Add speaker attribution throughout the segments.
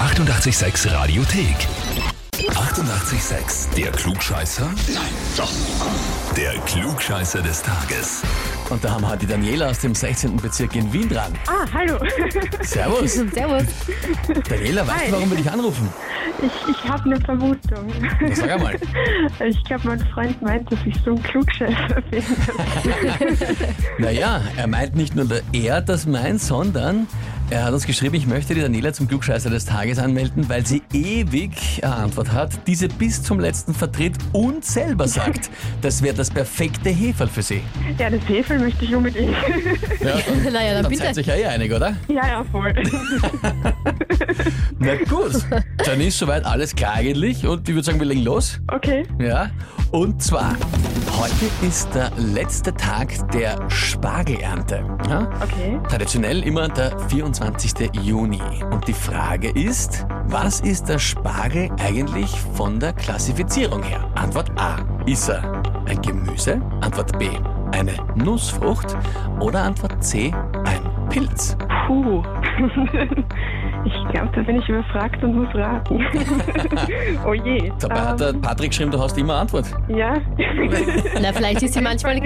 Speaker 1: 886 Radiothek. 88,6. Der Klugscheißer? Nein, doch. Der Klugscheißer des Tages.
Speaker 2: Und da haben wir halt die Daniela aus dem 16. Bezirk in Wien dran.
Speaker 3: Ah, hallo.
Speaker 2: Servus.
Speaker 4: Servus.
Speaker 2: Daniela, weißt du,
Speaker 3: Hi.
Speaker 2: warum wir dich anrufen?
Speaker 3: Ich, ich habe eine Vermutung.
Speaker 2: Na, sag einmal.
Speaker 3: Ich glaube, mein Freund meint, dass ich so ein Klugscheißer bin.
Speaker 2: Naja, er meint nicht nur, er das meint, sondern er hat uns geschrieben, ich möchte die Daniela zum Klugscheißer des Tages anmelden, weil sie ewig eine Antwort hat, diese bis zum letzten vertritt und selber sagt, das wäre das perfekte Heferl für sie.
Speaker 3: Ja, das Hefel möchte ich unbedingt.
Speaker 2: Ja, dann,
Speaker 4: Naja,
Speaker 2: dann
Speaker 4: dann
Speaker 2: seid
Speaker 4: bitte.
Speaker 2: sich ja eh einig, oder?
Speaker 3: Ja, ja, voll.
Speaker 2: Na gut, dann ist soweit alles klar eigentlich und ich würde sagen, wir legen los.
Speaker 3: Okay.
Speaker 2: Ja, und zwar, heute ist der letzte Tag der Spargelernte. Ja?
Speaker 3: Okay.
Speaker 2: Traditionell immer der 24. Juni. Und die Frage ist, was ist der Spargel eigentlich von der Klassifizierung her? Antwort A. Ist er ein Gemüse? Antwort B. Eine Nussfrucht? Oder Antwort C. Ein Pilz?
Speaker 3: Puh. Ich glaube, da bin ich überfragt und muss raten. oh je.
Speaker 2: Dabei hat der
Speaker 3: Ähm,
Speaker 2: Patrick geschrieben, du hast immer Antwort.
Speaker 3: ja.
Speaker 4: Na, vielleicht ist sie manchmal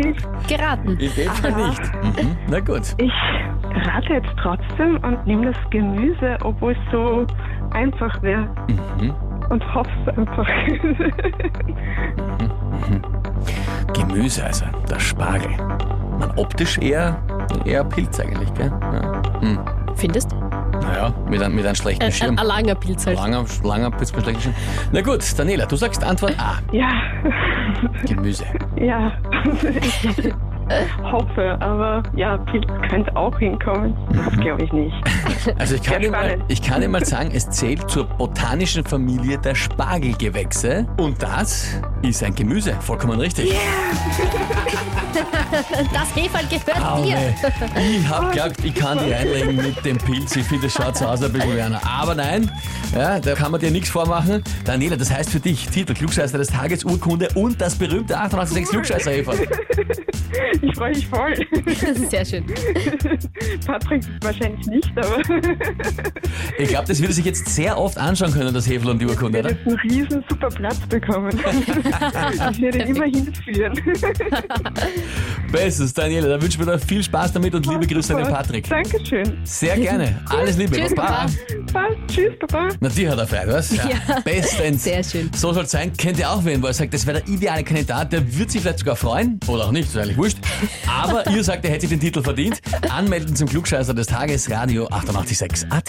Speaker 4: geraten.
Speaker 2: In dem Fall
Speaker 3: Aha.
Speaker 2: nicht. Mhm. Na gut.
Speaker 3: Ich rate jetzt trotzdem und nehme das Gemüse, obwohl es so einfach wäre.
Speaker 2: Mhm.
Speaker 3: Und hoffe einfach.
Speaker 2: Gemüse also, der Spargel. Man, optisch eher, eher Pilz eigentlich, gell? Ja. Hm.
Speaker 4: Findest?
Speaker 2: Naja, mit, einem- mit einem schlechten
Speaker 4: Ein,
Speaker 2: Schirm.
Speaker 4: ein, ein langer Pilz halt.
Speaker 2: Langer, langer Pilz mit schlechten Schirm. Na gut, Daniela, du sagst Antwort A,
Speaker 3: ja.
Speaker 2: Gemüse.
Speaker 3: Ja, ich hoffe, aber ja, Pilz könnte auch hinkommen. Das glaube ich nicht.
Speaker 2: Also ich kann,
Speaker 3: Ja,
Speaker 2: dir mal,
Speaker 3: spannend.
Speaker 2: ich kann dir mal sagen, es zählt zur botanischen Familie der Spargelgewächse und das ist ein Gemüse, vollkommen richtig.
Speaker 4: Das Heferl gehört dir.
Speaker 2: Auwe. Ich hab geglaubt, ich kann die reinlegen mit dem Pilz. Ich finde, es schaut so aus, ein bisschen wie einer. Aber nein, ja, da kann man dir nichts vormachen. Daniela, das heißt für dich Titel Klugscheißer des Tages, Urkunde und das berühmte 886 klugscheißer -Heferl.
Speaker 3: Ich freue mich voll.
Speaker 4: Sehr schön.
Speaker 3: Patrick wahrscheinlich nicht, aber
Speaker 2: Ich glaube, das würde sich jetzt sehr oft anschauen können, das Hefel und die Urkunde,
Speaker 3: der
Speaker 2: oder?
Speaker 3: wird einen riesen super Platz bekommen. Ich werde ihn immer hinführen.
Speaker 2: Bestens, Daniela, da wünschen wir dir viel Spaß damit und liebe Grüße an den
Speaker 3: Super.
Speaker 2: Patrick.
Speaker 3: Dankeschön.
Speaker 2: Sehr gerne. Alles Liebe.
Speaker 4: Tschüss,
Speaker 2: Baba.
Speaker 4: Baba.
Speaker 3: Passt. Tschüss, Papa.
Speaker 2: Na, die hat er frei, was? Ja. Bestens.
Speaker 4: Sehr schön.
Speaker 2: So soll's sein. Kennt ihr auch wen, wo er sagt, das wäre der ideale Kandidat, der wird sich vielleicht sogar freuen. Oder auch nicht, ist eigentlich wurscht. Aber ihr sagt, er hätte sich den Titel verdient. Anmelden zum Klugscheißer des Tages, Radio 886 AT.